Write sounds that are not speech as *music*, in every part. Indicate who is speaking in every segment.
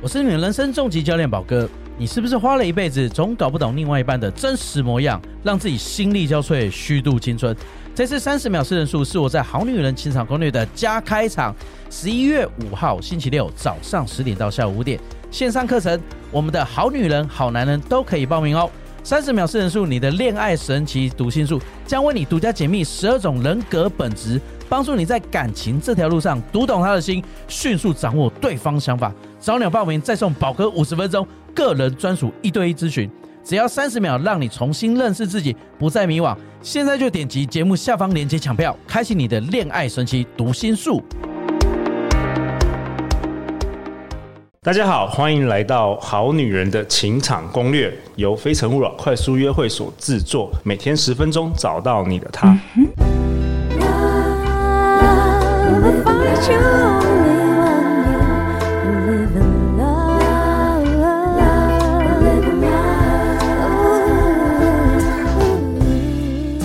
Speaker 1: 我是你们人生重疾教练宝哥。你是不是花了一辈子，总搞不懂另外一半的真实模样，让自己心力交瘁，虚度青春？这次三十秒四人数是我在《好女人情场攻略》的加开场，十一月五号星期六早上十点到下午五点，线上课程，我们的好女人、好男人都可以报名哦。三十秒四人术，你的恋爱神奇读心术将为你独家解密十二种人格本质，帮助你在感情这条路上读懂他的心，迅速掌握对方想法。早鸟报名再送宝哥五十分钟个人专属一对一咨询，只要三十秒，让你重新认识自己，不再迷惘。现在就点击节目下方链接抢票，开启你的恋爱神奇读心术。
Speaker 2: 大家好，欢迎来到《好女人的情场攻略》，由非诚勿扰快速约会所制作，每天十分钟，找到你的他。
Speaker 3: Love will find you only one you live in love, live in love.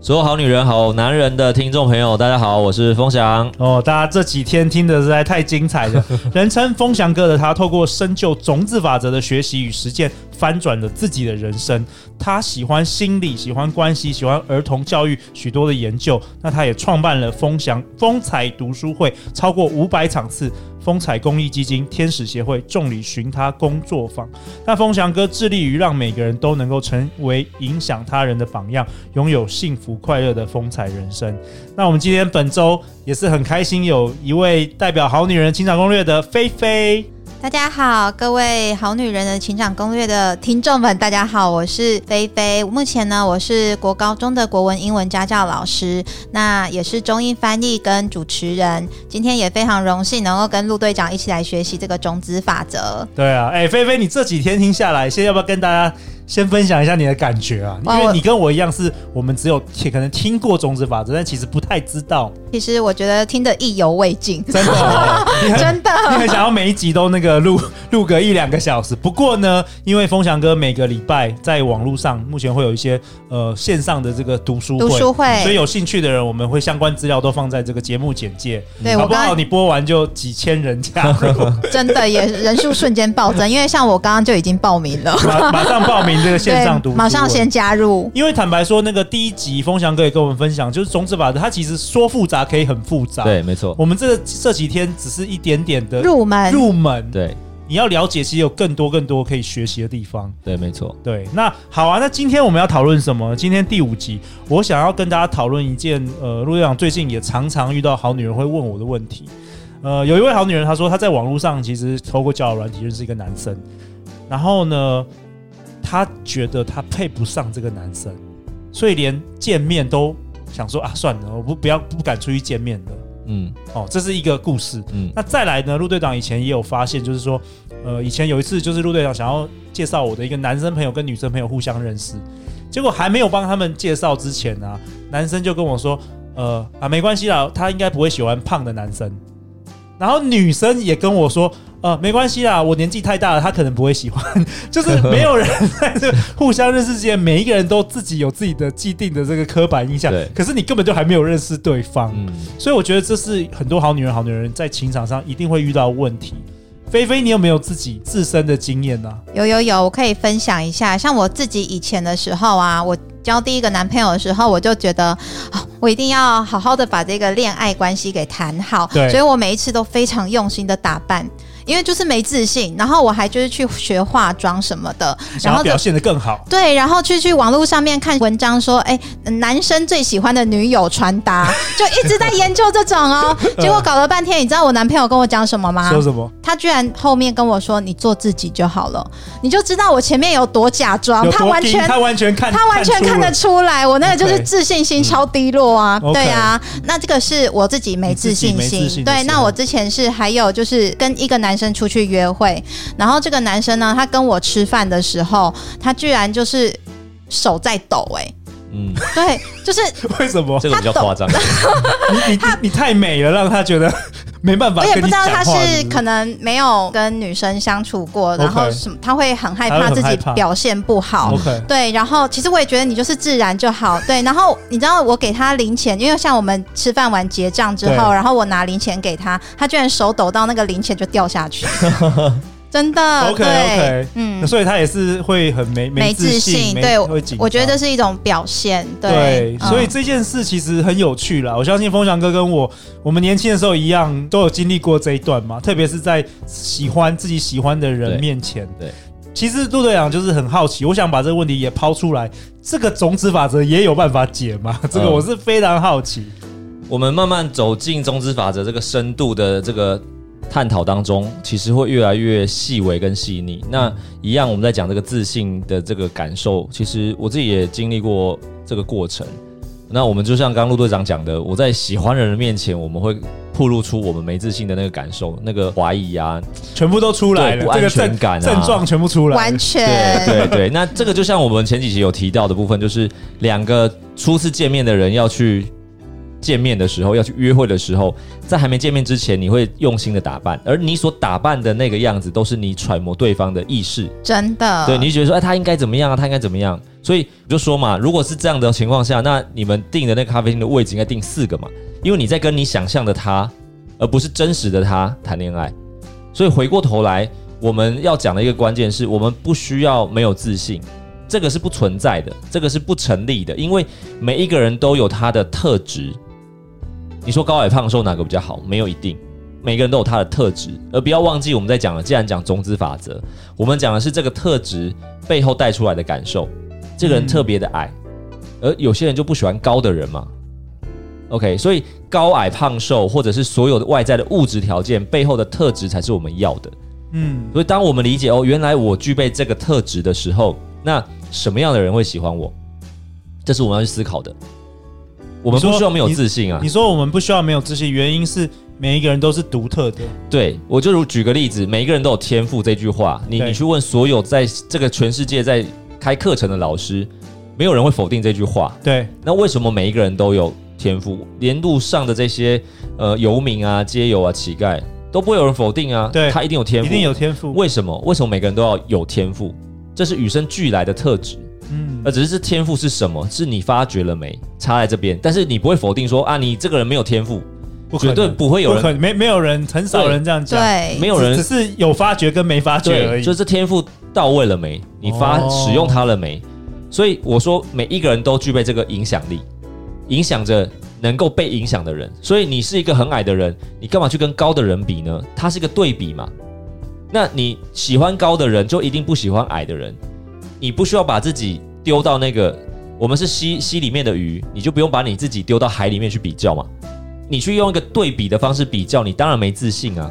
Speaker 4: 所有好女人、好男人的听众朋友，大家好，我是风翔。
Speaker 5: 哦，大家这几天听的实在太精彩了。人称风翔哥的他，透过深究种子法则的学习与实践，翻转了自己的人生。他喜欢心理，喜欢关系，喜欢儿童教育，许多的研究。那他也创办了风翔风采读书会，超过五百场次。风采公益基金、天使协会众里寻他工作坊。那风翔哥致力于让每个人都能够成为影响他人的榜样，拥有幸福快乐的风采人生。那我们今天本周也是很开心，有一位代表好女人情场攻略的菲菲。
Speaker 6: 大家好，各位《好女人的情场攻略》的听众们，大家好，我是菲菲。目前呢，我是国高中的国文、英文家教老师，那也是中英翻译跟主持人。今天也非常荣幸能够跟陆队长一起来学习这个种子法则。
Speaker 5: 对啊，哎、菲菲，你这几天听下来，先要不要跟大家先分享一下你的感觉啊？
Speaker 6: 哇
Speaker 5: 因为
Speaker 6: 我
Speaker 5: 你跟我一样，是我们只有听可能听过种子法则，但其实不太知道，
Speaker 6: 其实我觉得听得意犹未尽， *laughs*
Speaker 5: 真的哦、你很
Speaker 6: 真的。
Speaker 5: 你很想要每一集都那个录录个一两个小时。不过呢，因为风翔哥每个礼拜在网络上目前会有一些呃线上的这个读书会
Speaker 6: 读书会
Speaker 5: 所以有兴趣的人，我们会相关资料都放在这个节目简介。
Speaker 6: 对
Speaker 5: 好
Speaker 6: 我
Speaker 5: 不好？
Speaker 6: 刚
Speaker 5: 你播完就几千人加
Speaker 6: *laughs*
Speaker 5: 入，
Speaker 6: 真的也人数瞬间暴增，因为像我刚刚就已经报名了，
Speaker 5: 马马上报名这个线上读书
Speaker 6: 对马上
Speaker 5: 会
Speaker 6: 先加入。
Speaker 5: 因为坦白说，那个第一集风翔哥也跟我们分享，就是种子法则，它其实说复杂可以很复杂。
Speaker 4: 对，，没错，
Speaker 5: 我们这这几天只是一点点的
Speaker 6: 入门
Speaker 5: 入门，
Speaker 4: 对
Speaker 5: 你要了解，其实有更多更多可以学习的地方。
Speaker 4: 对，没错。
Speaker 5: 对，那好啊，那今天我们要讨论什么呢？今天第五集，我想要跟大家讨论一件，呃，陆队长最近也常常遇到好女人会问我的问题。呃，有一位好女人，她说她在网络上其实透过交友软体认识一个男生，然后呢，她觉得她配不上这个男生，所以连见面都想说啊，算了，我不不要不敢出去见面了。
Speaker 4: 嗯
Speaker 5: 哦，这是一个故事。
Speaker 4: 嗯，
Speaker 5: 那再来呢，陆队长以前也有发现，就是说，呃，以前有一次就是陆队长想要介绍我的一个男生朋友跟女生朋友互相认识，结果还没有帮他们介绍之前呢、男生就跟我说，呃啊没关系啦，他应该不会喜欢胖的男生。然后女生也跟我说，呃没关系啦，我年纪太大了，他可能不会喜欢。就是没有人 *laughs* 在这个互相认识之前，每一个人都自己有自己的既定的这个刻板印象
Speaker 4: 对，
Speaker 5: 可是你根本就还没有认识对方。
Speaker 4: 嗯，
Speaker 5: 所以我觉得这是很多好女人、好女人在情场上一定会遇到的问题。菲菲，你有没有自己自身的经验呢、啊
Speaker 6: 有有有，我可以分享一下。像我自己以前的时候啊，我交第一个男朋友的时候，我就觉得啊，我一定要好好的把这个恋爱关系给谈好。
Speaker 5: 对
Speaker 6: 所以我每一次都非常用心的打扮，因为就是没自信。然后我还就是去学化妆什么的，然
Speaker 5: 想
Speaker 6: 后
Speaker 5: 要
Speaker 6: 就
Speaker 5: 表现得更好，
Speaker 6: 对，然后去去网络上面看文章说，哎，男生最喜欢的女友穿搭，就一直在研究这种
Speaker 5: *laughs*
Speaker 6: 哦。 *laughs* 结果搞了半天，你知道我男朋友跟我讲什么吗？
Speaker 5: 说什么？
Speaker 6: 他居然后面跟我说：“你做自己就好了。”你就知道我前面有多假装，
Speaker 5: 有
Speaker 6: 哦他
Speaker 5: 多
Speaker 6: 完
Speaker 5: 硬
Speaker 6: 全
Speaker 5: 他完全看，
Speaker 6: 他完全看得
Speaker 5: 出
Speaker 6: 出来，我那个就是
Speaker 5: OK 嗯
Speaker 6: 自信心超低落啊
Speaker 5: OK
Speaker 6: 对啊，那这个是我自己没自信
Speaker 5: 你自己
Speaker 6: 心。
Speaker 5: 没自信的时
Speaker 6: 对，
Speaker 5: 候
Speaker 6: 那我之前是还有就是跟一个男生出去约会，然后这个男生呢，他跟我吃饭的时候，他居然就是手在抖、
Speaker 4: 嗯，
Speaker 6: 哎，
Speaker 5: *laughs*
Speaker 6: 对，就是 *laughs*
Speaker 5: 来，为什么？
Speaker 4: 这个比较夸张。
Speaker 5: 你你你太美了，让他觉得 *laughs* 没办法
Speaker 6: 我也
Speaker 5: 跟
Speaker 6: 不
Speaker 5: 你
Speaker 6: 知道
Speaker 5: 讲
Speaker 6: 他
Speaker 5: 话。
Speaker 6: 是
Speaker 5: 不
Speaker 6: 可能没有跟女生相处过，然后
Speaker 5: OK
Speaker 6: 什么他会很害
Speaker 5: 他
Speaker 6: 怕
Speaker 5: 会很
Speaker 6: 自己
Speaker 5: 害怕
Speaker 6: 表现不好。
Speaker 5: OK，
Speaker 6: 对，然后其实我也觉得你就是自然就好。对，然后你知道我给他零钱，因为像我们吃饭完结账之后，
Speaker 5: 对
Speaker 6: 然后我拿零钱给他，他居然手抖到那个零钱就掉
Speaker 5: *laughs*
Speaker 6: 下去，真的。
Speaker 5: OK，
Speaker 6: 对
Speaker 5: OK 那
Speaker 6: 嗯，
Speaker 5: 所以他也是会很没
Speaker 6: 没
Speaker 5: 自
Speaker 6: 自
Speaker 5: 信，
Speaker 6: 信。
Speaker 5: 没
Speaker 6: 对，
Speaker 5: 会
Speaker 6: 我
Speaker 5: 紧
Speaker 6: 我觉得
Speaker 5: 张
Speaker 6: 这是一种表现。
Speaker 5: 对，
Speaker 6: 嗯
Speaker 5: 所以这件事其实很有趣啦。我相信风翔哥跟我，我们年轻的时候一样，都有经历过这一段嘛。特别是在喜欢自己喜欢的人
Speaker 4: 对
Speaker 5: 面前，
Speaker 4: 对
Speaker 5: 其实陆队长就是很好奇，我想把这个问题也抛出来。这个种子法则也有办法解吗？
Speaker 4: 嗯
Speaker 5: 这个我是非常好奇。
Speaker 4: 我们慢慢走进中之法则这个深度的这个探讨当中，其实会越来越细微跟细腻。那一样，我们在讲这个自信的这个感受，其实我自己也经历过这个过程。那我们就像刚刚陆队长讲的，我在喜欢人的面前，我们会暴露出我们没自信的那个感受、那个怀疑啊，
Speaker 5: 全部都出来
Speaker 4: 对
Speaker 5: 了，
Speaker 4: 不
Speaker 5: 这个
Speaker 4: 安全
Speaker 5: 症
Speaker 4: 感啊
Speaker 5: 症状全部出来
Speaker 6: 完
Speaker 5: 了。
Speaker 6: 全
Speaker 4: 对对，那这个就像我们前几集有提到的部分，就是两个初次见面的人要去见面的时候，要去约会的时候，在还没见面之前，你会用心的打扮，而你所打扮的那个样子，都是你揣摩对方的意识，
Speaker 6: 真的。
Speaker 4: 对，你就觉得说，哎，他应该怎么样啊？他应该怎么样？所以我就说嘛，如果是这样的情况下，那你们订的那个咖啡厅的位置应该订四个嘛，因为你在跟你想象的他，而不是真实的他谈恋爱。所以回过头来，我们要讲的一个关键是我们不需要没有自信，这个是不存在的，这个是不成立的，因为每一个人都有他的特质。你说高矮胖瘦哪个比较好？没有一定，每个人都有他的特质，而不要忘记我们在讲的，既然讲种子法则，我们讲的是这个特质背后带出来的感受。这个人特别的矮，而有些人就不喜欢高的人嘛。OK，所以高矮胖瘦，或者是所有的外在的物质条件背后的特质，才是我们要的。
Speaker 5: 嗯，
Speaker 4: 所以当我们理解哦，原来我具备这个特质的时候，那什么样的人会喜欢我？这是我们要去思考的。我们
Speaker 5: 你说
Speaker 4: 不需要没有自信啊
Speaker 5: 你。说我们不需要没有自信，原因是每一个人都是独特的。
Speaker 4: 对我就如举个例子，每一个人都有天赋这句话，你
Speaker 5: 对
Speaker 4: 你去问所有在这个全世界在开课程的老师，没有人会否定这句话。
Speaker 5: 对，
Speaker 4: 那为什么每一个人都有天赋？连路上的这些呃游民啊、街友啊、乞丐都不会有人否定啊，
Speaker 5: 对
Speaker 4: 他一定有天
Speaker 5: 一
Speaker 4: 赋，
Speaker 5: 定有。天赋。
Speaker 4: 为什么？为什么每个人都要有天赋？这是与生俱来的特质，
Speaker 5: 嗯
Speaker 4: 而只是这天赋是什么，是你发掘了没？差在这边，但是你不会否定说啊，你这个人没有天赋，
Speaker 5: 不可
Speaker 4: 绝
Speaker 5: 能
Speaker 4: 对不会有
Speaker 5: 不可
Speaker 4: 人，
Speaker 5: 能，没没有人，很少
Speaker 4: 对
Speaker 5: 人这样讲。
Speaker 6: 对
Speaker 4: 没有人
Speaker 5: 只只是有发觉跟没发觉而
Speaker 4: 对，
Speaker 5: 已。
Speaker 4: 就是天赋到位了没？你发、
Speaker 5: 哦
Speaker 4: 使用它了没？所以我说，每一个人都具备这个影响力，影响着能够被影响的人。所以你是一个很矮的人，你干嘛去跟高的人比呢？它是一个对比嘛。那你喜欢高的人，就一定不喜欢矮的人。你不需要把自己丢到那个，我们是溪溪里面的鱼，你就不用把你自己丢到海里面去比较嘛。你去用一个对比的方式比较，你当然没自信啊。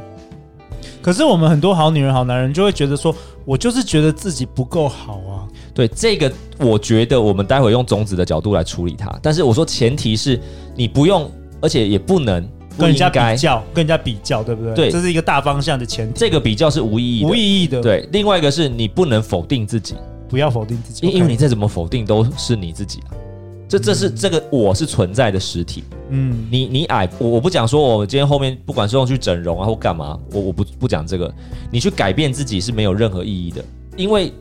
Speaker 5: 可是我们很多好女人、好男人就会觉得说，我就是觉得自己不够好啊。
Speaker 4: 对这个，我觉得我们待会用种子的角度来处理它。但是我说，前提是你不用，而且也不能不
Speaker 5: 跟人
Speaker 4: 应
Speaker 5: 家
Speaker 4: 该
Speaker 5: 比，较，跟人家比较，对不对？
Speaker 4: 对
Speaker 5: 这是一个大方向的前提，
Speaker 4: 这个比较是无意义的。
Speaker 5: 无意义的，，
Speaker 4: 对，另外一个是你不能否定自己，
Speaker 5: 不要否定自己。
Speaker 4: 因因为
Speaker 5: OK
Speaker 4: 你再怎么否定都是你自己啊。这这是这个我是存在的实体，
Speaker 5: 嗯，
Speaker 4: 你你矮，我我不讲说我今天后面不管是用去整容啊或干嘛，我我不不讲这个，你去改变自己是没有任何意义的，因为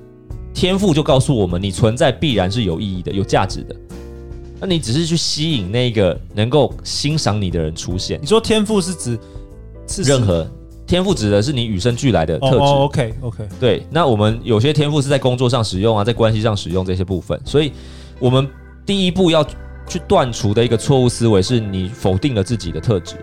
Speaker 4: 天赋就告诉我们，你存在必然是有意义的、有价值的。那你只是去吸引那个能够欣赏你的人出现
Speaker 5: 你，说天赋是指是指
Speaker 4: 任何天赋指的是你与生俱来的
Speaker 5: 哦
Speaker 4: 特质。
Speaker 5: 哦，OK OK，
Speaker 4: 对，那我们有些天赋是在工作上使用啊，在关系上使用这些部分，所以我们第一步要去断除的一个错误思维是你否定了自己的特质，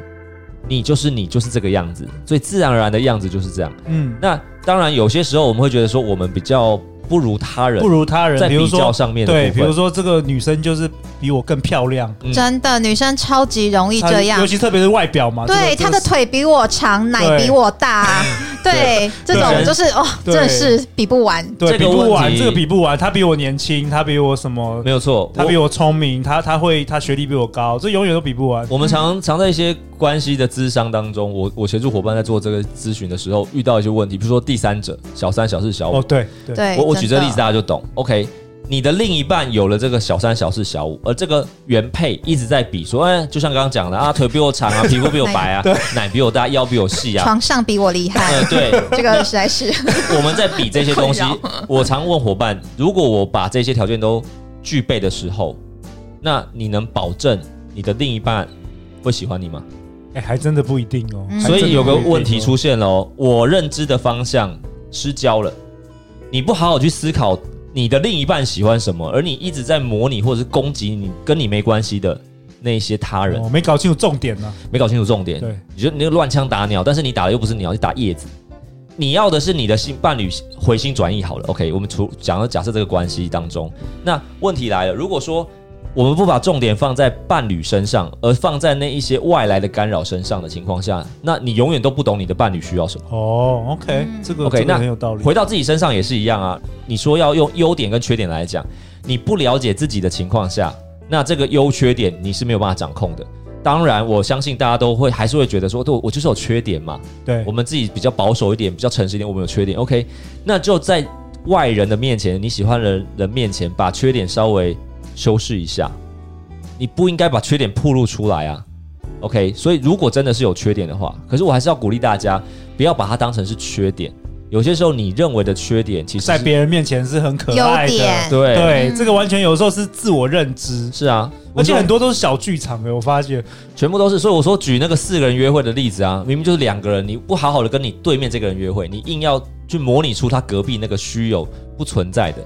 Speaker 4: 你就是你就是这个样子，所以自然而然的样子就是这样。
Speaker 5: 嗯，
Speaker 4: 那当然有些时候我们会觉得说我们比较不如他人，
Speaker 5: 不如他人，
Speaker 4: 在
Speaker 5: 比如
Speaker 4: 比较
Speaker 5: 说
Speaker 4: 上面的部
Speaker 5: 对，
Speaker 4: 分，
Speaker 5: 比如说这个女生就是比我更漂亮，
Speaker 4: 嗯
Speaker 6: 真的，女生超级容易
Speaker 5: 她
Speaker 6: 这样
Speaker 5: 尤。其特别是外表嘛，
Speaker 6: 对，
Speaker 5: 这
Speaker 6: 她
Speaker 5: 个
Speaker 6: 的腿比我长，奶比我
Speaker 5: *laughs*
Speaker 6: 大，啊对，这种就是哦，
Speaker 5: 对
Speaker 6: 真的是比不完。
Speaker 5: 对
Speaker 4: 这
Speaker 5: 比
Speaker 4: 个
Speaker 5: 不
Speaker 4: 问
Speaker 5: 完，
Speaker 4: 题
Speaker 5: 这个比不完，她比我年轻，她比我什么
Speaker 4: 没，有错，
Speaker 5: 她比我聪明，她她会，她学历比我高，这永远都比不完。
Speaker 4: 我们常常在一些关系的咨商当中，我我协助伙伴在做这个咨询的时候，遇到一些问题，比如说第三者、小三、小四、小五，
Speaker 5: 哦，对对，
Speaker 6: 对，
Speaker 4: 我我举这
Speaker 6: 哎真
Speaker 4: 个
Speaker 6: 的
Speaker 4: 例子，大家就懂。OK，你的另一半有了这个小三、小四、小五，而这个原配一直在比说，哎，就像刚刚讲的啊，腿比我长
Speaker 6: *laughs*
Speaker 4: 啊，皮肤比我白啊，奶比我大，腰比我细啊，
Speaker 6: 床上比我厉害
Speaker 5: 嗯
Speaker 4: 呃，，对，
Speaker 6: *laughs* 这个实
Speaker 5: *laughs*
Speaker 6: 在是
Speaker 4: 我们在比这些东西
Speaker 6: *laughs* 困，
Speaker 4: 我常问伙伴，如果我把这些条件都具备的时候，那你能保证你的另一半会喜欢你吗？
Speaker 5: 哎、还真的不一定哦。
Speaker 6: 嗯
Speaker 5: 还
Speaker 4: 所
Speaker 5: 真的
Speaker 4: 以有个
Speaker 5: 不一定
Speaker 4: 问题
Speaker 5: 哦
Speaker 4: 出现了哦，我认知的方向失焦了。你不好好去思考你的另一半喜欢什么，而你一直在模拟或者是攻击你跟你没关系的那些他人
Speaker 5: 我、，哦没搞清楚重点呢、啊
Speaker 4: 没搞清楚重点。
Speaker 5: 对，
Speaker 4: 你就你就乱枪打鸟，但是你打的又不是鸟，你打叶子。你要的是你的新伴侣回心转意好了。OK，我们除讲到假设这个关系当中，那问题来了，如果说我们不把重点放在伴侣身上，而放在那一些外来的干扰身上的情况下，那你永远都不懂你的伴侣需要什么。
Speaker 5: 哦，OK，、
Speaker 6: 嗯
Speaker 5: 这个
Speaker 4: OK，
Speaker 5: 这个
Speaker 4: 那
Speaker 5: 很有道理。啊
Speaker 4: 回到自己身上也是一样啊。你说要用优点跟缺点来讲，你不了解自己的情况下，那这个优缺点你是没有办法掌控的。当然，我相信大家都会还是会觉得说，对我就是有缺点嘛。
Speaker 5: 对
Speaker 4: 我，们自己比较保守一点，比较诚实一点，我们有缺点。OK，那就在外人的面前，你喜欢的人面前，把缺点稍微修饰一下。你不应该把缺点暴露出来啊。OK，所以如果真的是有缺点的话，可是我还是要鼓励大家，不要把它当成是缺点。有些时候你认为的缺点，其实
Speaker 5: 在
Speaker 4: 是
Speaker 5: 别人面前是很可
Speaker 6: 优
Speaker 5: 爱
Speaker 6: 点
Speaker 5: 的。
Speaker 4: 对
Speaker 5: 对，
Speaker 6: 嗯
Speaker 5: 这个完全有时候是自我认知，
Speaker 4: 是啊，
Speaker 5: 而且
Speaker 4: 我说
Speaker 5: 很多都是小剧场欸的。我发现，
Speaker 4: 全部都是，所以我说举那个四个人约会的例子啊，明明就是两个人，你不好好的跟你对面这个人约会，你硬要去模拟出他隔壁那个虚有不存在的，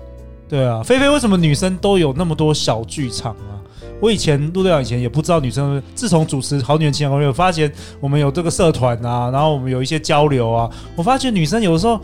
Speaker 5: 对啊，菲菲为什么女生都有那么多小剧场啊？我以前陆队长以前也不知道女生，自从主持《好女人情感攻略》，我发现我们有这个社团啊，然后我们有一些交流啊，我发现女生有时候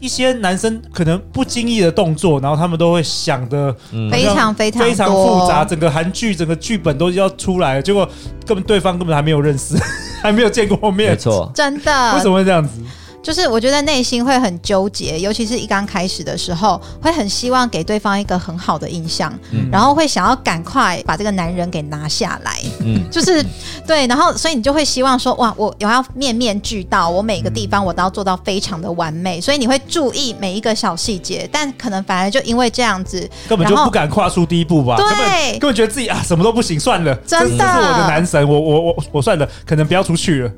Speaker 5: 一些男生可能不经意的动作，然后他们都会想的
Speaker 4: 嗯
Speaker 6: 非常非常
Speaker 5: 非常
Speaker 6: 多啊
Speaker 5: 复杂，整个韩剧整个剧本都要出来了，结果根本对方根本还没有认识， *laughs* 还没有见过面，
Speaker 4: 没，错，
Speaker 6: 真
Speaker 5: 为
Speaker 6: 的
Speaker 5: 什，么会这样子？
Speaker 6: 就是我觉得内心会很纠结，尤其是一刚开始的时候，会很希望给对方一个很好的印象，
Speaker 4: 嗯
Speaker 6: 然后会想要赶快把这个男人给拿下来，
Speaker 4: 嗯，
Speaker 6: *laughs* 就是对，然后所以你就会希望说，哇，我我要面面俱到，我每个地方我都要做到非常的完
Speaker 5: 嗯
Speaker 6: 美，所以你会注意每一个小细节，但可能反而就因为这样子，
Speaker 5: 根本就
Speaker 6: 然后
Speaker 5: 不敢跨出第一步吧？
Speaker 6: 对
Speaker 5: 根本根本觉得自己啊什么都不行，算了，
Speaker 6: 真的
Speaker 5: 这这是我的男神，我我我我算了，可能不要出去了。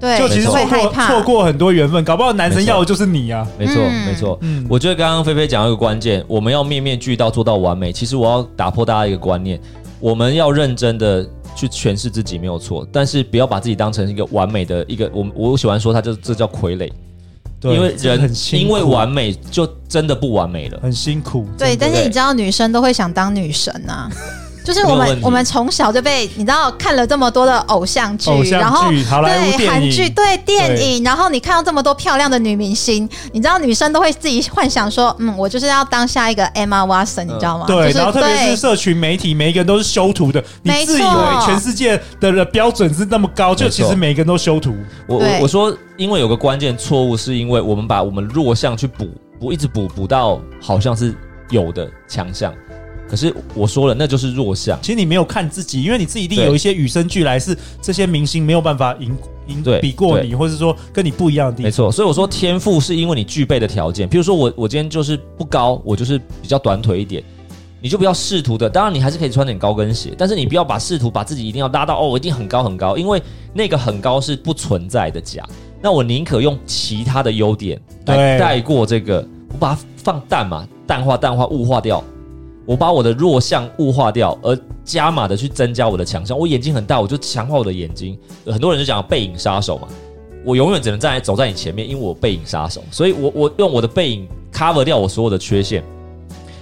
Speaker 6: 对，
Speaker 5: 就其实
Speaker 4: 没错
Speaker 5: 错
Speaker 6: 会害
Speaker 5: 过
Speaker 6: 怕，
Speaker 5: 错过很多缘分，搞不好男神
Speaker 4: 没错
Speaker 5: 要的就是你啊。
Speaker 4: 没错，
Speaker 6: 嗯
Speaker 4: 没错。
Speaker 5: 嗯
Speaker 4: 我觉得刚刚菲菲讲到一个关键，我们要面面俱到，做到完美。其实我要打破大家一个观念，我们要认真的去诠释自己没有错，但是不要把自己当成一个完美的一个，我们我喜欢说它就这叫傀儡，
Speaker 5: 对
Speaker 4: 因为
Speaker 5: 真的
Speaker 4: 人
Speaker 5: 很辛
Speaker 4: 因
Speaker 5: 苦
Speaker 4: 为完美就真的不完美了。
Speaker 5: 很辛苦，
Speaker 6: 对，
Speaker 5: 真
Speaker 6: 但
Speaker 5: 的
Speaker 6: 是你知道，女生都会想当女神啊。
Speaker 5: *laughs*
Speaker 6: 就是我
Speaker 4: 没有问
Speaker 6: 们
Speaker 4: 题
Speaker 6: 我们从小就被你知道看了这么多的偶像剧，
Speaker 5: 偶像剧
Speaker 6: 然后
Speaker 5: 好莱坞
Speaker 6: 对
Speaker 5: 电
Speaker 6: 韩
Speaker 5: 影
Speaker 6: 剧对电影，然后你看到这么多漂亮的女明星，你知道女生都会自己幻想说，嗯，我就是要当下一个 Emma Watson，、你知道吗？
Speaker 5: 嗯对，
Speaker 6: 就是
Speaker 5: 然后特别是
Speaker 6: 对
Speaker 5: 社群媒体，每一个人都是修图的，你
Speaker 6: 没
Speaker 5: 自以
Speaker 6: 错
Speaker 5: 为全世界的人标准是那么高，就
Speaker 4: 没
Speaker 5: 其
Speaker 4: 错
Speaker 5: 实每一个人都修图。
Speaker 4: 我我
Speaker 6: 对
Speaker 4: 我说，因为有个关键错误，是因为我们把我们弱项去补补，一直补补到好像是有的强项，可是我说了，那就是弱项。
Speaker 5: 其实你没有看自己，因为你自己一定
Speaker 4: 对
Speaker 5: 有一些与生俱来是这些明星没有办法赢赢
Speaker 4: 对
Speaker 5: 比过你，
Speaker 4: 对
Speaker 5: 或者说跟你不一样的地
Speaker 4: 没
Speaker 5: 方。
Speaker 4: 错，所以我说天赋是因为你具备的条件。比如说我，我今天就是不高，我就是比较短腿一点，你就不要试图的。当然，你还是可以穿点高跟鞋，但是你不要把试图把自己一定要拉到哦，我一定很高很高，因为那个很高是不存在的假。那我宁可用其他的优点来
Speaker 5: 对
Speaker 4: 带过这个，我把它放淡嘛，淡化、淡化、物化掉。我把我的弱项物化掉，而加码的去增加我的强项。我眼睛很大，我就强化我的眼睛。呃很多人就讲背影杀手嘛，我永远只能站在走在你前面，因为我背影杀手，所以我我用我的背影 cover 掉我所有的缺陷。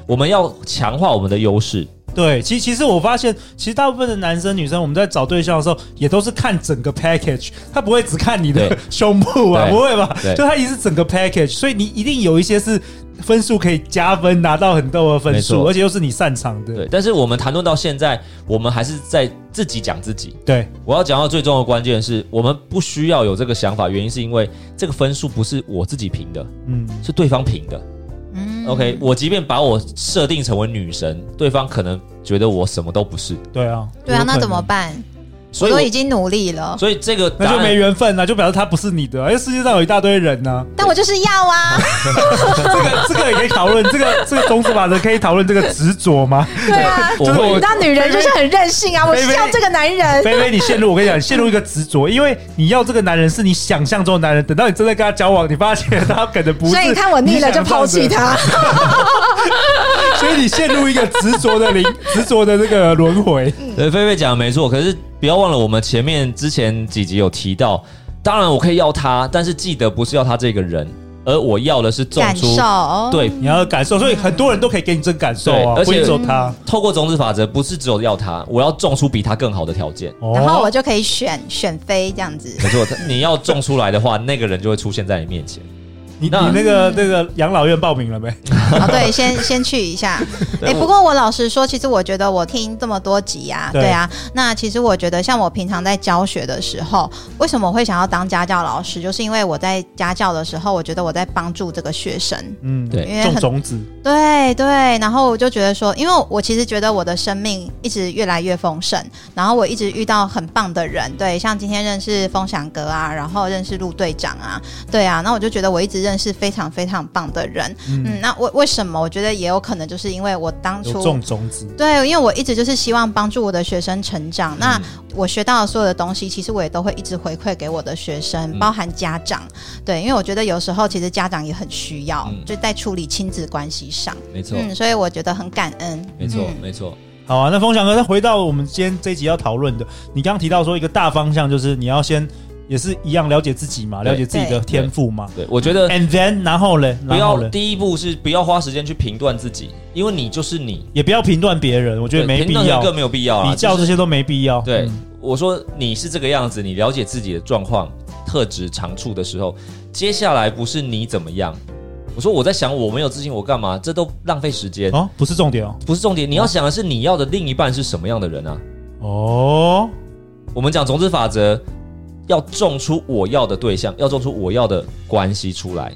Speaker 4: 我们要强化我们的优势，
Speaker 5: 对，其其实我发现，其实大部分的男生女生，我们在找对象的时候，也都是看整个 package，他不会只看你的
Speaker 4: 对
Speaker 5: *laughs* 胸部啊，
Speaker 4: 对
Speaker 5: 不会吧？
Speaker 4: 对
Speaker 5: 就他一定是整个 package，所以你一定有一些是分数可以加分，拿到很多的分
Speaker 4: 没
Speaker 5: 数，
Speaker 4: 错
Speaker 5: 而且又是你擅长的。
Speaker 4: 对。但是我们谈论到现在，我们还是在自己讲自己。
Speaker 5: 对
Speaker 4: 我要讲到最重要的关键是，我们不需要有这个想法，原因是因为这个分数不是我自己评的，
Speaker 5: 嗯，
Speaker 4: 是对方评的。
Speaker 6: 嗯
Speaker 4: OK，我即便把我设定成为女神，对方可能觉得我什么都不是，
Speaker 5: 对啊，
Speaker 6: 对啊，
Speaker 5: 有可能
Speaker 6: 那怎么？办？
Speaker 4: 所以
Speaker 6: 我
Speaker 4: 我
Speaker 6: 都已经努力了，
Speaker 4: 所以这个
Speaker 5: 那
Speaker 4: 答
Speaker 5: 就没
Speaker 4: 案，
Speaker 5: 缘分啊，就表示他不是你的啊，因为世界上有一大堆人呢、
Speaker 6: 但我就是
Speaker 5: *laughs*
Speaker 6: 要啊，
Speaker 5: 这个这个也可以讨论，这个这个种子法则可以讨论这个执着吗？
Speaker 6: 对啊，
Speaker 4: 我
Speaker 5: 就是
Speaker 4: 会
Speaker 6: 你知道女人就是很任性啊，我
Speaker 5: 菲菲
Speaker 6: 是要这个男人，
Speaker 5: 菲菲，你陷入我跟你讲，你陷入一个执着，因为你要这个男人是你想象中的男人，等到你真的跟他交往，你发现他可能不是，
Speaker 6: 所以你看我腻了就抛弃，他，
Speaker 5: *laughs* 所以你陷入一个执着的灵，执着的这个轮回。
Speaker 4: 对菲菲讲的没错，可是不要忘了，我们前面之前几集有提到，当然我可以要他，但是记得不是要他这个人，而我要的是种
Speaker 6: 感
Speaker 4: 出
Speaker 6: 受，
Speaker 4: 对。
Speaker 5: 你要感受，所以很多人都可以给你这个感受啊，
Speaker 4: 对而且
Speaker 5: 不一定只有他。
Speaker 4: 透过种子法则，不是只有要他，我要种出比他更好的条件。
Speaker 5: 哦
Speaker 6: 然后我就可以选选妃这样子，
Speaker 4: 没错， *laughs* 你要种出来的话，那个人就会出现在你面前。
Speaker 5: 你你
Speaker 4: 那
Speaker 5: 那个那个养老院报名了没？
Speaker 6: 哦，对，先先去一下。哎、不过我老实说，其实我觉得我听这么多集啊，
Speaker 5: 对
Speaker 6: 对啊，那其实我觉得像我平常在教学的时候，为什么我会想要当家教老师，就是因为我在家教的时候，我觉得我在帮助这个学生，
Speaker 5: 嗯，
Speaker 4: 对
Speaker 6: 因为
Speaker 5: 种
Speaker 6: 很
Speaker 5: 种子，
Speaker 6: 对对，然后我就觉得说，因为我其实觉得我的生命一直越来越丰盛，然后我一直遇到很棒的人，对，像今天认识风翔哥啊，然后认识陆队长啊，对啊，那我就觉得我一直认识非常非常棒的人，嗯，那为为什么？我觉得也有可能就是因为我当
Speaker 5: 有
Speaker 6: 初
Speaker 5: 种种子。
Speaker 6: 对，因为我一直就是希望帮助我的学生成长。
Speaker 4: 嗯
Speaker 6: 那我学到的所有的东西，其实我也都会一直回馈给我的学生，包含家长。对，因为我觉得有时候其实家长也很需要，
Speaker 4: 嗯
Speaker 6: 就在处理亲子关系上。
Speaker 4: 没错，
Speaker 6: 嗯，所以我觉得很感恩。
Speaker 4: 没错，
Speaker 6: 嗯
Speaker 4: 没错。
Speaker 5: 好啊，那风翔哥，再回到我们今天这一集要讨论的，你刚刚提到说一个大方向就是你要先也是一样了解自己嘛，
Speaker 4: 对
Speaker 5: 了解自己的天赋嘛。
Speaker 4: 对，我觉得
Speaker 5: And then，然后嘞，嗯
Speaker 4: 不
Speaker 5: 然后
Speaker 4: 要
Speaker 5: 嘞，
Speaker 4: 第一步是不要花时间去评断自己，因为你就是你，
Speaker 5: 也不要评断别人，我觉得没必
Speaker 4: 评论
Speaker 5: 要，
Speaker 4: 更没有必要啊。
Speaker 5: 比较
Speaker 4: 就
Speaker 5: 这
Speaker 4: 是
Speaker 5: 些都没必要。
Speaker 4: 对、
Speaker 5: 嗯
Speaker 4: 我说你是这个样子，你了解自己的状况、特质、长处的时候，接下来不是你怎么样。我说我在想我没有自信，我干嘛？这都浪费时间。
Speaker 5: 哦，不是重点哦。
Speaker 4: 不是重点，你要想的是你要的另一半是什么样的人啊？
Speaker 5: 哦，
Speaker 4: 我们讲种子法则，要种出我要的对象，要种出我要的关系出来。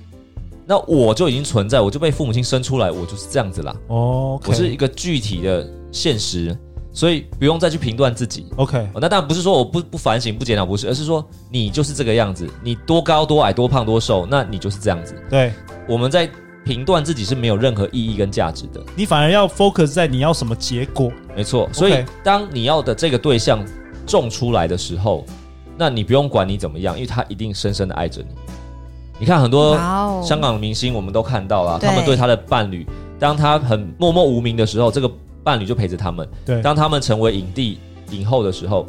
Speaker 4: 那我就已经存在，我就被父母亲生出来，我就是这样子啦。
Speaker 5: 哦，OK，
Speaker 4: 我是一个具体的现实，所以不用再去评断自己。
Speaker 5: OK，
Speaker 4: 哦那当然不是说我不不反省、不检讨，不是，而是说你就是这个样子，你多高、多矮、多胖、多瘦，那你就是这样子。
Speaker 5: 对
Speaker 4: 我们在评断自己是没有任何意义跟价值的。
Speaker 5: 你反而要 focus 在你要什么结果。
Speaker 4: 没错，所以当你要的这个对象种出来的时候，那你不用管你怎么样，因为他一定深深的爱着你。你看很多
Speaker 6: 哦
Speaker 4: 香港明星，我们都看到了，
Speaker 6: 对
Speaker 4: 他们对他的伴侣，当他很默默无名的时候，这个伴侣就陪着他们；
Speaker 5: 对，
Speaker 4: 当他们成为影帝、影后的时候，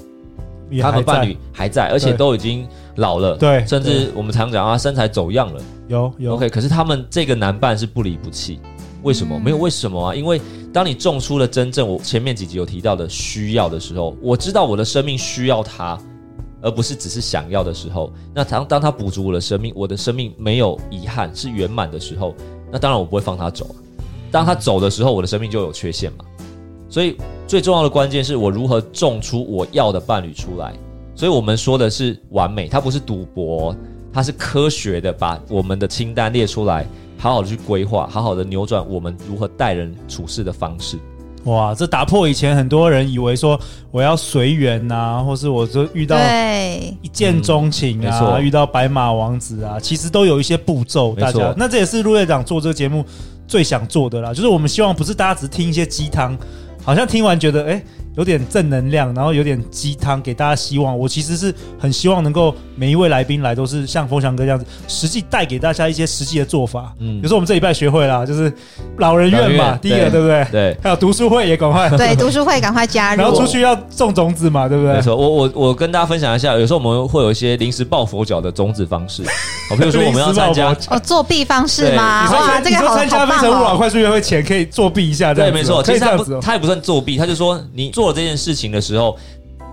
Speaker 5: 也
Speaker 4: 他
Speaker 5: 还
Speaker 4: 们伴
Speaker 5: 在
Speaker 4: 侣还在，而且
Speaker 5: 对
Speaker 4: 都已经老了，
Speaker 5: 对
Speaker 4: 甚至我们常讲啊，身材走样了。
Speaker 5: 有有
Speaker 4: OK，可是他们这个男伴是不离不弃，为什么？没有为什么啊？因为当你种出了真正我前面几集有提到的需要的时候，我知道我的生命需要他，而不是只是想要的时候。那当当他补足我的生命，我的生命没有遗憾，是圆满的时候，那当然我不会放他走啊。当他走的时候，我的生命就有缺陷嘛。所以最重要的关键是我如何种出我要的伴侣出来。所以我们说的是完美，它不是赌博哦，它是科学的，把我们的清单列出来，好好的去规划，好好的扭转我们如何待人处事的方
Speaker 5: *laughs*
Speaker 4: 式。
Speaker 5: 哇，这打破以前很多人以为说我要随缘呐，或是我就遇到
Speaker 4: *laughs*
Speaker 6: 对，
Speaker 5: 一见钟情
Speaker 4: 嗯没
Speaker 5: 啊，
Speaker 4: 错
Speaker 5: 遇到白马王子啊，其实都有一些步骤。
Speaker 4: 没
Speaker 5: 大家
Speaker 4: 错，
Speaker 5: 那这也是陆队长做这个节目最想做的啦，就是我们希望不是大家只听一些鸡汤，好像听完觉得哎、诶有点正能量，然后有点鸡汤给大家希望。我其实是很希望能够每一位来宾来都是像风翔哥这样子，实际带给大家一些实际的做法。嗯，
Speaker 4: 嗯
Speaker 5: 比如说我们这礼拜学会啦，就是老人院
Speaker 4: 老人
Speaker 5: 嘛，
Speaker 4: 院
Speaker 5: 第一个
Speaker 4: 对
Speaker 5: 对不对？
Speaker 4: 对，
Speaker 5: 还有读书会也赶快，
Speaker 6: 对，读书会赶快加入，
Speaker 5: 然后出去要种种子嘛，对不对
Speaker 4: 没？错，我我我跟大家分享一下，有时候我们会有一些临时抱佛脚的种子方式，好，比如说我们要参
Speaker 5: *laughs* 临时抱
Speaker 4: 加
Speaker 5: 佛，啊
Speaker 6: 哦，作弊方式
Speaker 4: 对
Speaker 6: 吗？
Speaker 5: 你说
Speaker 6: 啊哇，这个
Speaker 5: 你说
Speaker 6: 好
Speaker 5: 参加
Speaker 6: 好
Speaker 5: 非
Speaker 6: 棒
Speaker 5: 诚勿扰
Speaker 6: 哦！
Speaker 5: 快速约会前可以作弊一下，这
Speaker 4: 对，
Speaker 5: 样子哦
Speaker 4: 没错，
Speaker 5: 可
Speaker 4: 其
Speaker 5: 以
Speaker 4: 实
Speaker 5: 这
Speaker 4: 他
Speaker 5: 样子
Speaker 4: 不
Speaker 5: 哦。
Speaker 4: 他也不算作弊，他就说你做了这件事情的时候，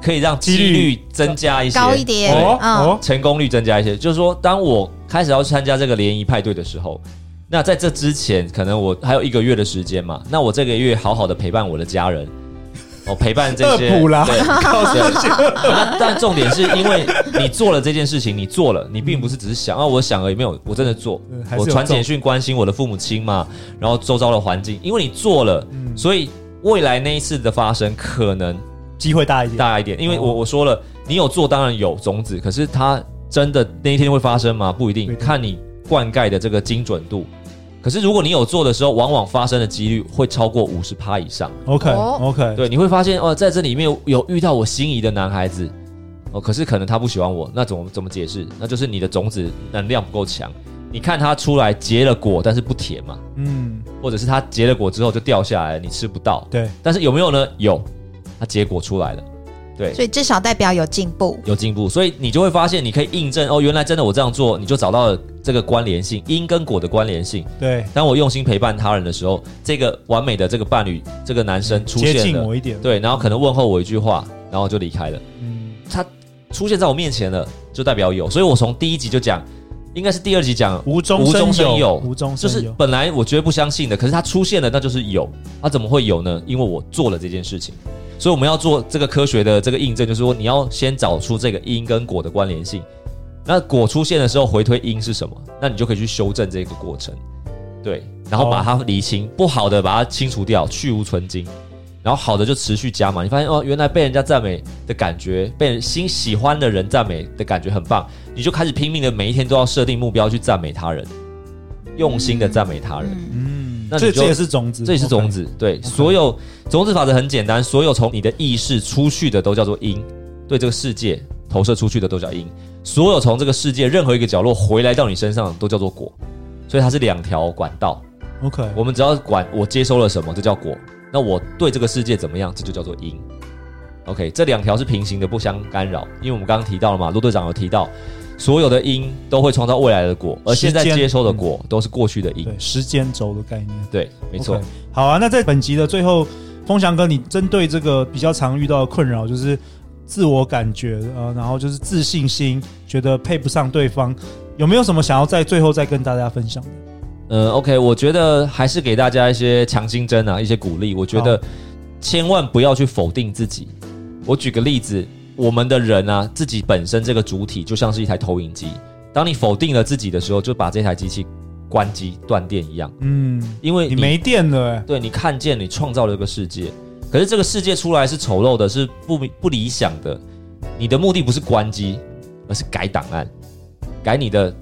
Speaker 4: 可以让
Speaker 5: 几
Speaker 4: 几
Speaker 5: 率
Speaker 4: 率增加一些，
Speaker 6: 高一点
Speaker 4: 对
Speaker 5: 哦
Speaker 6: 嗯
Speaker 5: 哦，
Speaker 4: 成功率增加一些。就是说，当我开始要参加这个联谊派对的时候，那在这之前，可能我还有一个月的时间嘛，那我这个月好好的陪伴我的家人，哦，陪伴这
Speaker 5: *laughs*
Speaker 4: 些。
Speaker 5: 恶补啦
Speaker 4: 对，对那但重点是因为你做了这件事情，你做了，你并不是只是想啊，我想而已，没有，我真的做
Speaker 5: 嗯还，是有
Speaker 4: 我传
Speaker 5: 做
Speaker 4: 简讯关心我的父母亲嘛，然后周遭的环境，因为你做了，
Speaker 5: 嗯
Speaker 4: 所以未来那一次的发生可能
Speaker 5: 机会大一点。
Speaker 4: 哦大一点，因为我我说了，你有做当然有种子，可是它真的那一天会发生吗？不一定，
Speaker 5: 对
Speaker 4: 看你灌溉的这个精准度。可是如果你有做的时候，往往发生的几率会超过五十趴以上。
Speaker 5: OK
Speaker 6: 哦
Speaker 5: OK，
Speaker 4: 对，你会发现哦，在这里面有遇到我心仪的男孩子，哦，可是可能他不喜欢我，那怎么怎么解释？那就是你的种子能量不够强。你看它出来结了果，但是不甜嘛，
Speaker 5: 嗯，
Speaker 4: 或者是它结了果之后就掉下来了，你吃不到。
Speaker 5: 对，
Speaker 4: 但是有没有呢？有，它结果出来了，对，
Speaker 6: 所以至少代表有进步。
Speaker 4: 有进步，所以你就会发现，你可以印证哦，原来真的我这样做，你就找到了这个关联性，因跟果的关联性。
Speaker 5: 对，
Speaker 4: 当我用心陪伴他人的时候，这个完美的这个伴侣，这个男生出
Speaker 5: 接
Speaker 4: 现
Speaker 5: 近
Speaker 4: 了，
Speaker 5: 我一点，，
Speaker 4: 对，然后可能问候我一句话，然后就离开了。
Speaker 5: 嗯，
Speaker 4: 他出现在我面前了，就代表有，所以我从第一集就讲，应该是第二集讲，
Speaker 5: 无中
Speaker 4: 无中生有
Speaker 5: 无中
Speaker 4: 就
Speaker 5: 生
Speaker 4: 是
Speaker 5: 有，
Speaker 4: 本来我绝对不相信的，可是它出现了，那就是有。它、怎么会有呢？因为我做了这件事情。所以我们要做这个科学的这个印证，就是说你要先找出这个因跟果的关联性。那果出现的时候回推因是什么？那你就可以去修正这个过程，对，然后把它理清，不好的把它清除掉，去无存精。然后好的就持续加嘛，你发现哦，原来被人家赞美的感觉，被人新喜欢的人赞美的感觉很棒，你就开始拼命的每一天都要设定目标去赞美他人，用心的赞美他人，
Speaker 6: 嗯，
Speaker 5: 嗯，
Speaker 4: 那你
Speaker 5: 这
Speaker 4: 就
Speaker 5: 这也是种子，
Speaker 4: 这也是种子。对，所有种子法则很简单，所有从你的意识出去的都叫做因，对这个世界投射出去的都叫因，所有从这个世界任何一个角落回来到你身上的都叫做果，所以它是两条管道。
Speaker 5: ，OK，
Speaker 4: 我们只要管我接收了什么，这叫果；那我对这个世界怎么样，这就叫做因。OK，这两条是平行的，不相干扰。因为我们刚刚提到了嘛，陆队长有提到，所有的因都会创造未来的果，而现在
Speaker 5: 时间嗯
Speaker 4: 接收的果都是过去的因。
Speaker 5: 对时间轴的概念，
Speaker 4: 对，没错。
Speaker 5: OK，好啊，那在本集的最后，风翔哥，你针对这个比较常遇到的困扰，就是自我感觉，呃，然后就是自信心，觉得配不上对方，有没有什么想要在最后再跟大家分享的？
Speaker 4: 呃，OK，我觉得还是给大家一些强心针啊，一些鼓励。我觉得千万不要去否定自己。我举个例子，我们的人啊，自己本身这个主体就像是一台投影机，当你否定了自己的时候，就把这台机器关机断电一样，
Speaker 5: 嗯，
Speaker 4: 因为
Speaker 5: 你没电了、欸，
Speaker 4: 对你看见你创造了这个世界，可是这个世界出来是丑陋的，是不不理想的。你的目的不是关机，而是改档案，改你的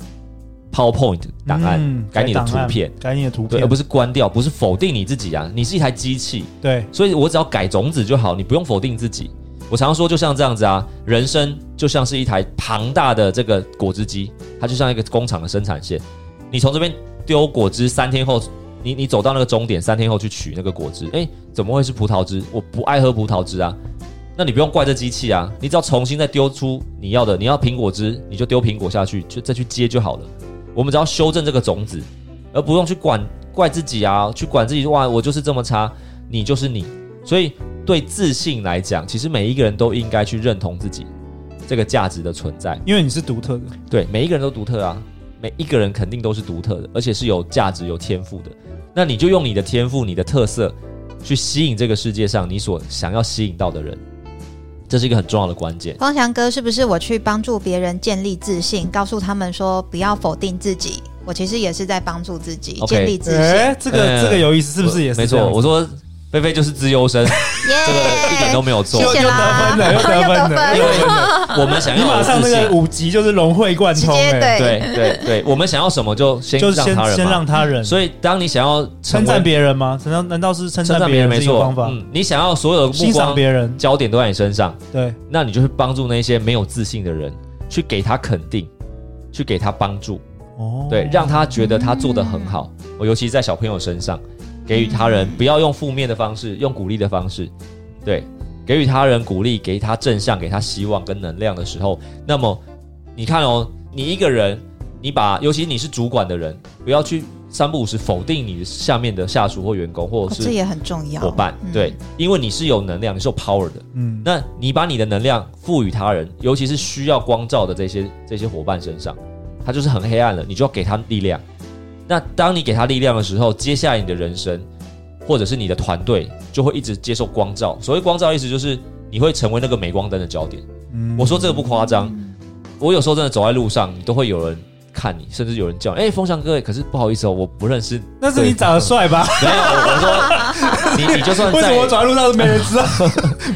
Speaker 4: PowerPoint 档案，
Speaker 5: 嗯
Speaker 4: 改你的
Speaker 5: 档
Speaker 4: 图
Speaker 5: 案
Speaker 4: 片。
Speaker 5: 改你的图
Speaker 4: 对，
Speaker 5: 片，
Speaker 4: 呃而不
Speaker 5: 是
Speaker 4: 是关掉，不是否定你自己啊，你是一台机器，
Speaker 5: 对，
Speaker 4: 所以我只要改种子就好，你不用否定自己。我常说，就像这样子啊，人生就像是一台庞大的这个果汁机，它就像一个工厂的生产线。你从这边丢果汁，三天后，你你走到那个终点，三天后去取那个果汁，诶，怎么会是葡萄汁？我不爱喝葡萄汁啊，那你不用怪这机器啊，你只要重新再丢出你要的，你要苹果汁，你就丢苹果下去，就再去接就好了。我们只要修正这个种子，而不用去管怪自己啊，去管自己哇，我就是这么差，你就是你。所以对自信来讲，其实每一个人都应该去认同自己这个价值的存在。
Speaker 5: 因为你是独特的，
Speaker 4: 对，每一个人都独特啊，每一个人肯定都是独特的，而且是有价值、有天赋的。那你就用你的天赋、你的特色，去吸引这个世界上你所想要吸引到的人，这是一个很重要的关键。
Speaker 6: 方翔哥，是不是我去帮助别人建立自信，告诉他们说不要否定自己？我其实也是在帮助自己
Speaker 4: OK
Speaker 6: 建立自信。
Speaker 5: 哎、这个、
Speaker 4: 呃
Speaker 5: 这个有意思，是不是也是
Speaker 4: 没
Speaker 5: 这
Speaker 4: 错，
Speaker 5: 样
Speaker 4: 我说菲菲就是资优生，
Speaker 6: 耶
Speaker 4: 这个一点都没有错
Speaker 6: 谢。谢啦，
Speaker 5: 又
Speaker 6: *laughs*
Speaker 5: 又得分了又得分了
Speaker 4: 因为我们想
Speaker 5: 你
Speaker 4: 要
Speaker 5: 马
Speaker 4: 有
Speaker 5: 上那
Speaker 4: 自
Speaker 5: 个
Speaker 4: 信，
Speaker 5: 五级就是融会贯
Speaker 6: 直
Speaker 5: 通、
Speaker 6: 接
Speaker 5: 欸，
Speaker 6: 对哦
Speaker 4: 对对对，我们想要什么就先
Speaker 5: 就
Speaker 4: 让
Speaker 5: 是先
Speaker 4: 他人
Speaker 5: 先
Speaker 4: 嘛。
Speaker 5: 让他人，
Speaker 4: 所以，当你想要
Speaker 5: 称
Speaker 4: 成为
Speaker 5: 赞别人吗？难道难道是称
Speaker 4: 称
Speaker 5: 赞
Speaker 4: 赞
Speaker 5: 别
Speaker 4: 别人
Speaker 5: 人是
Speaker 4: 没
Speaker 5: 一个
Speaker 4: 错，
Speaker 5: 方法？
Speaker 4: 嗯，你想要所有的
Speaker 5: 欣
Speaker 4: 目
Speaker 5: 赏
Speaker 4: 光
Speaker 5: 别人，
Speaker 4: 焦点都在你身上，
Speaker 5: 对，
Speaker 4: 那你就去帮助那些没有自信的人，去给他肯定，去给他帮助，
Speaker 5: 哦，
Speaker 4: 对，让他觉得他做得很好。我尤其在小朋友身上，给予他
Speaker 5: 嗯
Speaker 4: 人不要用负面的方式，用鼓励的方式，对，给予他人鼓励，给他正向，给他希望跟能量的时候，那么你看哦，你一个人，你把尤其你是主管的人，不要去三不五时否定你下面的下属或员工，或
Speaker 6: 哦
Speaker 4: 者
Speaker 6: 这
Speaker 4: 是
Speaker 6: 也很重要。
Speaker 4: 伙伴，
Speaker 6: 嗯
Speaker 4: 对，因为你是有能量，你是有 power 的。
Speaker 5: 嗯，
Speaker 4: 那你把你的能量赋予他人，尤其是需要光照的这些这些伙伴身上，他就是很黑暗了，你就要给他力量。那当你给他力量的时候，接下来你的人生或者是你的团队就会一直接受光照。所谓光照，意思就是你会成为那个镁光灯的焦点。
Speaker 5: 嗯
Speaker 4: 我说这个不夸张，我有时候真的走在路上，你都会有人看你，甚至有人叫你：“哎、风向哥，可是不好意思哦，我不认识。”
Speaker 5: 那是你长得帅吧？
Speaker 4: 没有，我说你你就算
Speaker 5: 为什
Speaker 4: *laughs* 在
Speaker 5: 么我走在路上都没人知道，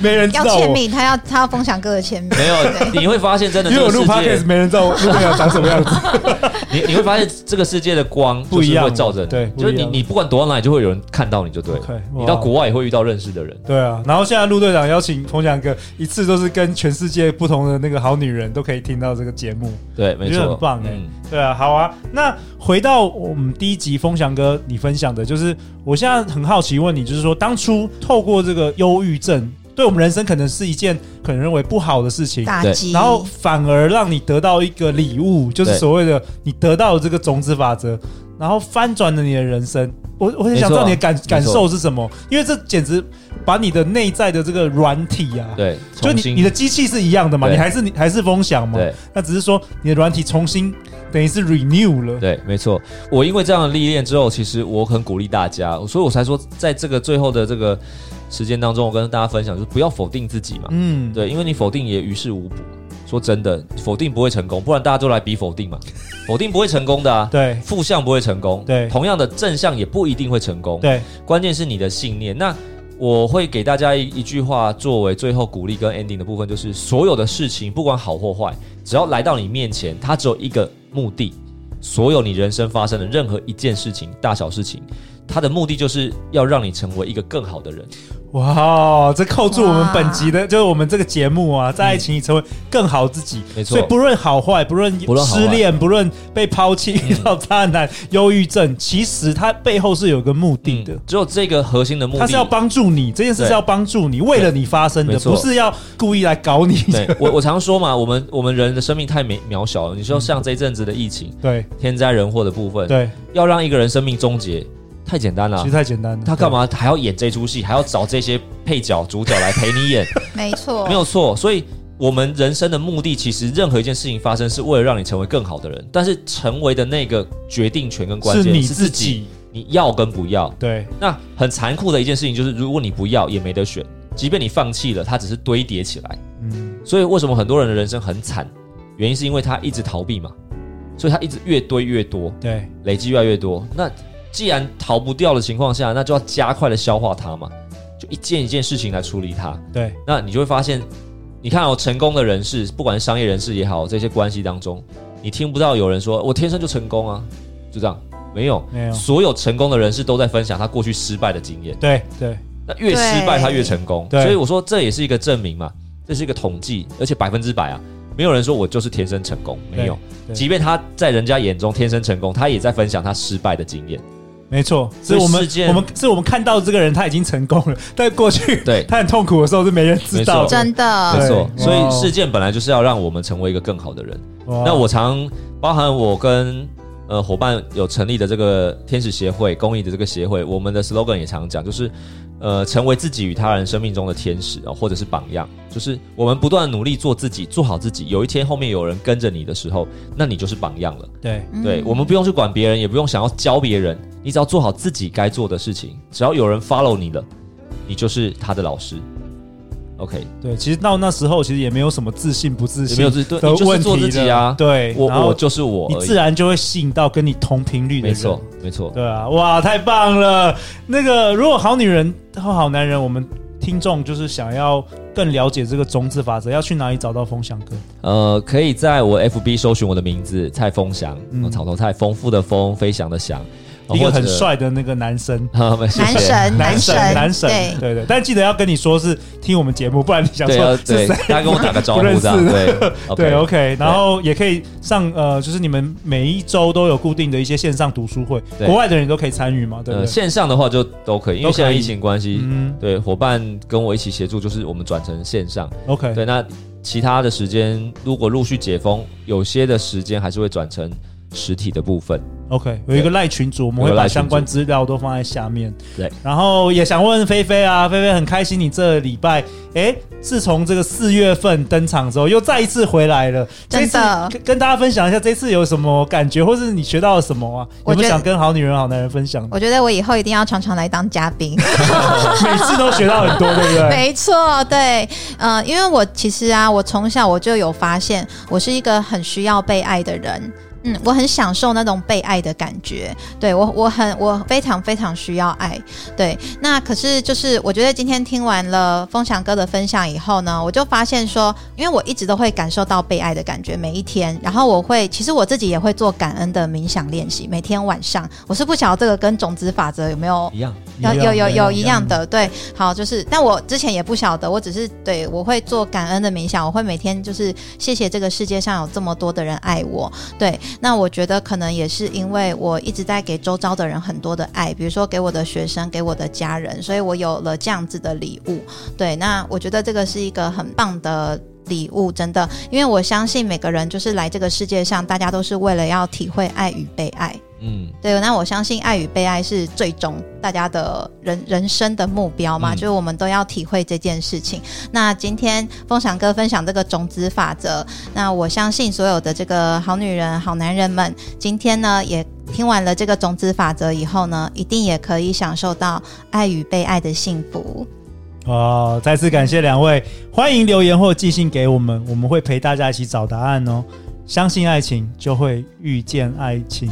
Speaker 5: 没人知
Speaker 6: *laughs* 要
Speaker 5: 道
Speaker 6: 签
Speaker 5: 我？
Speaker 6: 名，他要他要分享哥的签名，
Speaker 4: 没有，
Speaker 5: *laughs*
Speaker 4: 你会发现真的
Speaker 5: 因
Speaker 4: 这
Speaker 5: 为我
Speaker 4: 个
Speaker 5: 录
Speaker 4: 世
Speaker 5: podcast
Speaker 4: 界，
Speaker 5: 没人知道我路边长什么
Speaker 4: *laughs*
Speaker 5: 样子。
Speaker 4: 你你会发现这个世界的光
Speaker 5: 不一样
Speaker 4: 就是会照着你，
Speaker 5: 对不一
Speaker 4: 就
Speaker 5: 样
Speaker 4: 是你你不管躲到哪里，就会有人看到你就对了
Speaker 5: OK，哇
Speaker 4: 你到国外也会遇到认识的人。
Speaker 5: 对啊，然后现在陆队长邀请冯翔哥一次都是跟全世界不同的那个好女人都可以听到这个节目，
Speaker 4: 对，没
Speaker 5: 我觉得
Speaker 4: 错，
Speaker 5: 很棒哎、
Speaker 4: 嗯
Speaker 5: 对啊，好啊。那回到我们第一集风翔哥你分享的，就是我现在很好奇问你，就是说当初透过这个忧郁症，对我们人生可能是一件可能认为不好的事情，
Speaker 6: 打
Speaker 4: 对
Speaker 6: 击，
Speaker 5: 然后反而让你得到一个礼物，就是
Speaker 4: 嗯对
Speaker 5: 所谓的你得到了这个种子法则，然后翻转了你的人生。我我很想知道你的感
Speaker 4: 错
Speaker 5: 感受是什么，因为这简直把你的内在的这个软体啊，
Speaker 4: 对，
Speaker 5: 就
Speaker 4: 重
Speaker 5: 你
Speaker 4: 新
Speaker 5: 你的机器是一样的嘛，
Speaker 4: 对
Speaker 5: 你还是你还是风想嘛，
Speaker 4: 对
Speaker 5: 那只是说你的软体重新等于是 renew 了，
Speaker 4: 对，没错。我因为这样的历练之后，其实我很鼓励大家，所以我才说，在这个最后的这个时间当中，我跟大家分享，就是不要否定自己嘛。
Speaker 5: 嗯，
Speaker 4: 对，因为你否定也于事无补。说真的，否定不会成功，不然大家都来比否定嘛。否定不会成功的啊，
Speaker 5: 对
Speaker 4: 负向不会成功，
Speaker 5: 对
Speaker 4: 同样的正向也不一定会成功，，
Speaker 5: 对
Speaker 4: 关键是你的信念。那我会给大家一一句话作为最后鼓励跟 ending 的部分，就是所有的事情不管好或坏，只要来到你面前，它只有一个目的。所有你人生发生的任何一件事情，大小事情，它的目的就是要让你成为一个更好的人。
Speaker 5: 哇，哦这扣住我们本集的，就是我们这个节目啊，在爱情里成为更好自己。
Speaker 4: 嗯没错
Speaker 5: 所以不论好坏，不论
Speaker 4: 不论好坏嗯
Speaker 5: 失恋，不论被抛弃、遇到渣男、忧郁症，其实它背后是有个目的的
Speaker 4: 嗯。只有这个核心的目的，
Speaker 5: 它是要帮助你，这件事
Speaker 4: 对
Speaker 5: 是要帮助你，为了你发生的，
Speaker 4: 没错
Speaker 5: 不是要故意来搞你
Speaker 4: *laughs* 对
Speaker 5: 的。
Speaker 4: 我，我常说嘛，我们我们人的生命太渺渺小了。你说像这一阵子的疫情、
Speaker 5: *laughs* 对
Speaker 4: 天灾人祸的部分，
Speaker 5: 对，
Speaker 4: 要让一个人生命终结，太简单
Speaker 5: 其
Speaker 4: 了
Speaker 5: 实。太简单了。
Speaker 4: 他啊干嘛还要演这出戏，还要找这些配角、主角来陪
Speaker 5: *laughs*
Speaker 4: 你演？
Speaker 6: 没错，
Speaker 4: 没有错。所以，我们人生的目的，其实任何一件事情发生，是为了让你成为更好的人。但是，成为的那个决定权跟关
Speaker 5: 是
Speaker 4: 键
Speaker 5: 你
Speaker 4: 是自
Speaker 5: 自
Speaker 4: 己
Speaker 5: 己，
Speaker 4: 你要跟不要。
Speaker 5: 对？
Speaker 4: 那很残酷的一件事情就是，如果你不要，也没得选。即便你放弃了，它只是堆叠起来。
Speaker 5: 对，嗯，
Speaker 4: 所以为什么很多人的人生很惨？原因是因为他一直逃避嘛，所以他一直越堆越多，
Speaker 5: 对，
Speaker 4: 累积越来越多。那既然逃不掉的情况下，那就要加快的消化它嘛，就一件一件事情来处理它。
Speaker 5: 对，
Speaker 4: 那你就会发现，你看哦，成功的人士，不管是商业人士也好，这些关系当中，你听不到有人说我天生就成功啊，就这样，没有，
Speaker 5: 没有
Speaker 4: 所有成功的人士都在分享他过去失败的经验。
Speaker 5: 对，对，
Speaker 4: 那越失败
Speaker 6: 对
Speaker 4: 他越成功，
Speaker 5: 对
Speaker 4: 所以我说这也是一个证明嘛，这是一个统计，而且百分之百啊，没有人说我就是天生成功，没有，
Speaker 5: 对
Speaker 4: 即便他在人家眼中天生成功，他也在分享他失败的经验，
Speaker 5: 没错，所
Speaker 4: 所以
Speaker 5: 以我
Speaker 4: 事
Speaker 5: 们
Speaker 4: 件
Speaker 5: 我们是我们看到这个人他已经成功
Speaker 4: *laughs*
Speaker 5: 了，但过去
Speaker 4: 对
Speaker 5: 他很痛苦的时候是没人知道
Speaker 4: 没
Speaker 5: 的。
Speaker 4: 错
Speaker 6: 真的
Speaker 4: 没错，
Speaker 5: 对
Speaker 4: 所
Speaker 5: 哇
Speaker 4: 以
Speaker 5: 哦
Speaker 4: 事件本来就是要让我们成为一个更好的人。
Speaker 5: 哇
Speaker 4: 那我常包含我跟呃伙伴有成立的这个天使协会公益的这个协会，我们的 slogan 也常讲，就是呃成为自己与他人生命中的天使啊、或者是榜样，就是我们不断地努力做自己，做好自己。有一天后面有人跟着你的时候，那你就是榜样了。
Speaker 5: 对
Speaker 6: 嗯
Speaker 4: 对我们不用去管别人，也不用想要教别人，你只要做好自己该做的事情，只要有人 follow 你了，你就是他的老师。OK，
Speaker 5: 对，其实到那时候其实也没有什么自信不自
Speaker 4: 也
Speaker 5: 信
Speaker 4: 没有自对，
Speaker 5: 的
Speaker 4: 你就是
Speaker 5: 问题
Speaker 4: 做自己啊
Speaker 5: 了。对，然
Speaker 4: 我
Speaker 5: 后
Speaker 4: 我就是我
Speaker 5: 你
Speaker 4: 而已
Speaker 5: 自然就会吸引到跟你同频率的
Speaker 4: 没
Speaker 5: 人。
Speaker 4: 错，没错，
Speaker 5: 对啊，哇，太棒了！那个如果好女人和好男人，我们听众就是想要更了解这个种子法则，要去哪里找到风翔哥？
Speaker 4: 呃，可以在我 FB 搜寻我的名字蔡风翔，
Speaker 5: 嗯
Speaker 4: 哦草头蔡，丰富的丰，飞翔的翔，哦
Speaker 5: 一个很
Speaker 4: *laughs* 帅，
Speaker 5: 帅的那个男生。
Speaker 4: 呵呵谢
Speaker 6: 男
Speaker 4: 谢。
Speaker 6: 神
Speaker 5: 男神
Speaker 6: 神，
Speaker 5: 男神，
Speaker 6: 对。
Speaker 5: 对对，但记得要跟你说是听我们节目，不然你想
Speaker 4: 对
Speaker 5: 说
Speaker 4: 呃，
Speaker 5: 是
Speaker 4: 对，
Speaker 5: 谁
Speaker 4: 大家跟我打个招呼
Speaker 5: 不认
Speaker 4: 这样，
Speaker 5: 识
Speaker 4: 对
Speaker 5: *laughs*
Speaker 4: ，OK
Speaker 5: 对，OK，然后也可以上呃，就是你们每一周都有固定的一些线上读书会，
Speaker 4: 对
Speaker 5: 国外的人都可以参与嘛，对不
Speaker 4: 呃，
Speaker 5: 对？
Speaker 4: 线上的话就都可以，因为
Speaker 5: 都可以
Speaker 4: 现在疫情关系，
Speaker 5: 嗯
Speaker 4: 对，伙伴跟我一起协助，就是我们转成线上，
Speaker 5: ，OK，
Speaker 4: 对，那其他的时间如果陆续解封，有些的时间还是会转成实体的部分，
Speaker 5: OK，有一个赖群组，我们
Speaker 4: 有
Speaker 5: 会
Speaker 4: 个赖
Speaker 5: 把
Speaker 4: 群组
Speaker 5: 相关资料都放在下面。
Speaker 4: 对，
Speaker 5: 然后也想问菲菲啊，菲菲很开心你这礼拜，哎，自从这个四月份登场之后，又再一次回来了。
Speaker 6: 真
Speaker 5: 这次
Speaker 6: 的
Speaker 5: 跟跟大家分享一下，这次有什么感觉，或是你学到了什么啊？
Speaker 6: 我
Speaker 5: 有没有
Speaker 6: 觉得
Speaker 5: 想跟好女人、好男人分享的？
Speaker 6: 我觉得我以后一定要常常来当嘉宾，
Speaker 5: 每次都学到很多， *laughs* 对不对？
Speaker 6: 没错，对，呃，因为我其实啊，我从小我就有发现，我是一个很需要被爱的人。嗯，我很享受那种被爱的感觉。对我，我很我非常非常需要爱。对，那可是就是我觉得今天听完了风翔哥的分享以后呢，我就发现说，因为我一直都会感受到被爱的感觉，每一天。然后我会，其实我自己也会做感恩的冥想练习，每天晚上。我是不晓得这个跟种子法则有没有
Speaker 4: 一样。
Speaker 6: 有有有有一样
Speaker 5: 的。
Speaker 6: 的，对，好，就是，但我之前也不晓得，我只是对我会做感恩的冥想，我会每天就是谢谢这个世界上有这么多的人爱我，对，那我觉得可能也是因为我一直在给周遭的人很多的爱，比如说给我的学生，给我的家人，所以我有了这样子的礼物，对，那我觉得这个是一个很棒的。礼物真的，因为我相信每个人就是来这个世界上，大家都是为了要体会爱与被爱。
Speaker 4: 嗯，
Speaker 6: 对，那我相信爱与被爱是最终大家的人人生的目标
Speaker 4: 嗯
Speaker 6: 嘛，就是我们都要体会这件事情。那今天风翔哥分享这个种子法则，那我相信所有的这个好女人、好男人们，今天呢也听完了这个种子法则以后呢，一定也可以享受到爱与被爱的幸福。
Speaker 5: 哦，再次感谢两位，欢迎留言或寄信给我们，我们会陪大家一起找答案哦。相信爱情，就会遇见爱情。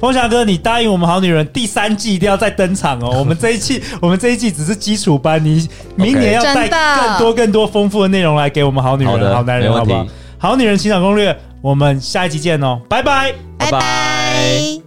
Speaker 5: 风翔哥，你答应我们好女人第三季一定要再登场
Speaker 4: *laughs*
Speaker 5: 哦！我们这一季，我们这一季只是基础班，你明年要带
Speaker 6: OK 真的
Speaker 5: 更多更多丰富的内容来给我们好女
Speaker 4: 好
Speaker 5: 人、
Speaker 4: 的
Speaker 5: 好男人，
Speaker 4: 没
Speaker 5: 好
Speaker 4: 问题
Speaker 5: 不好？好女人情场攻略，我们下一集见哦，拜拜。
Speaker 4: 拜
Speaker 6: 拜
Speaker 4: 拜
Speaker 6: 拜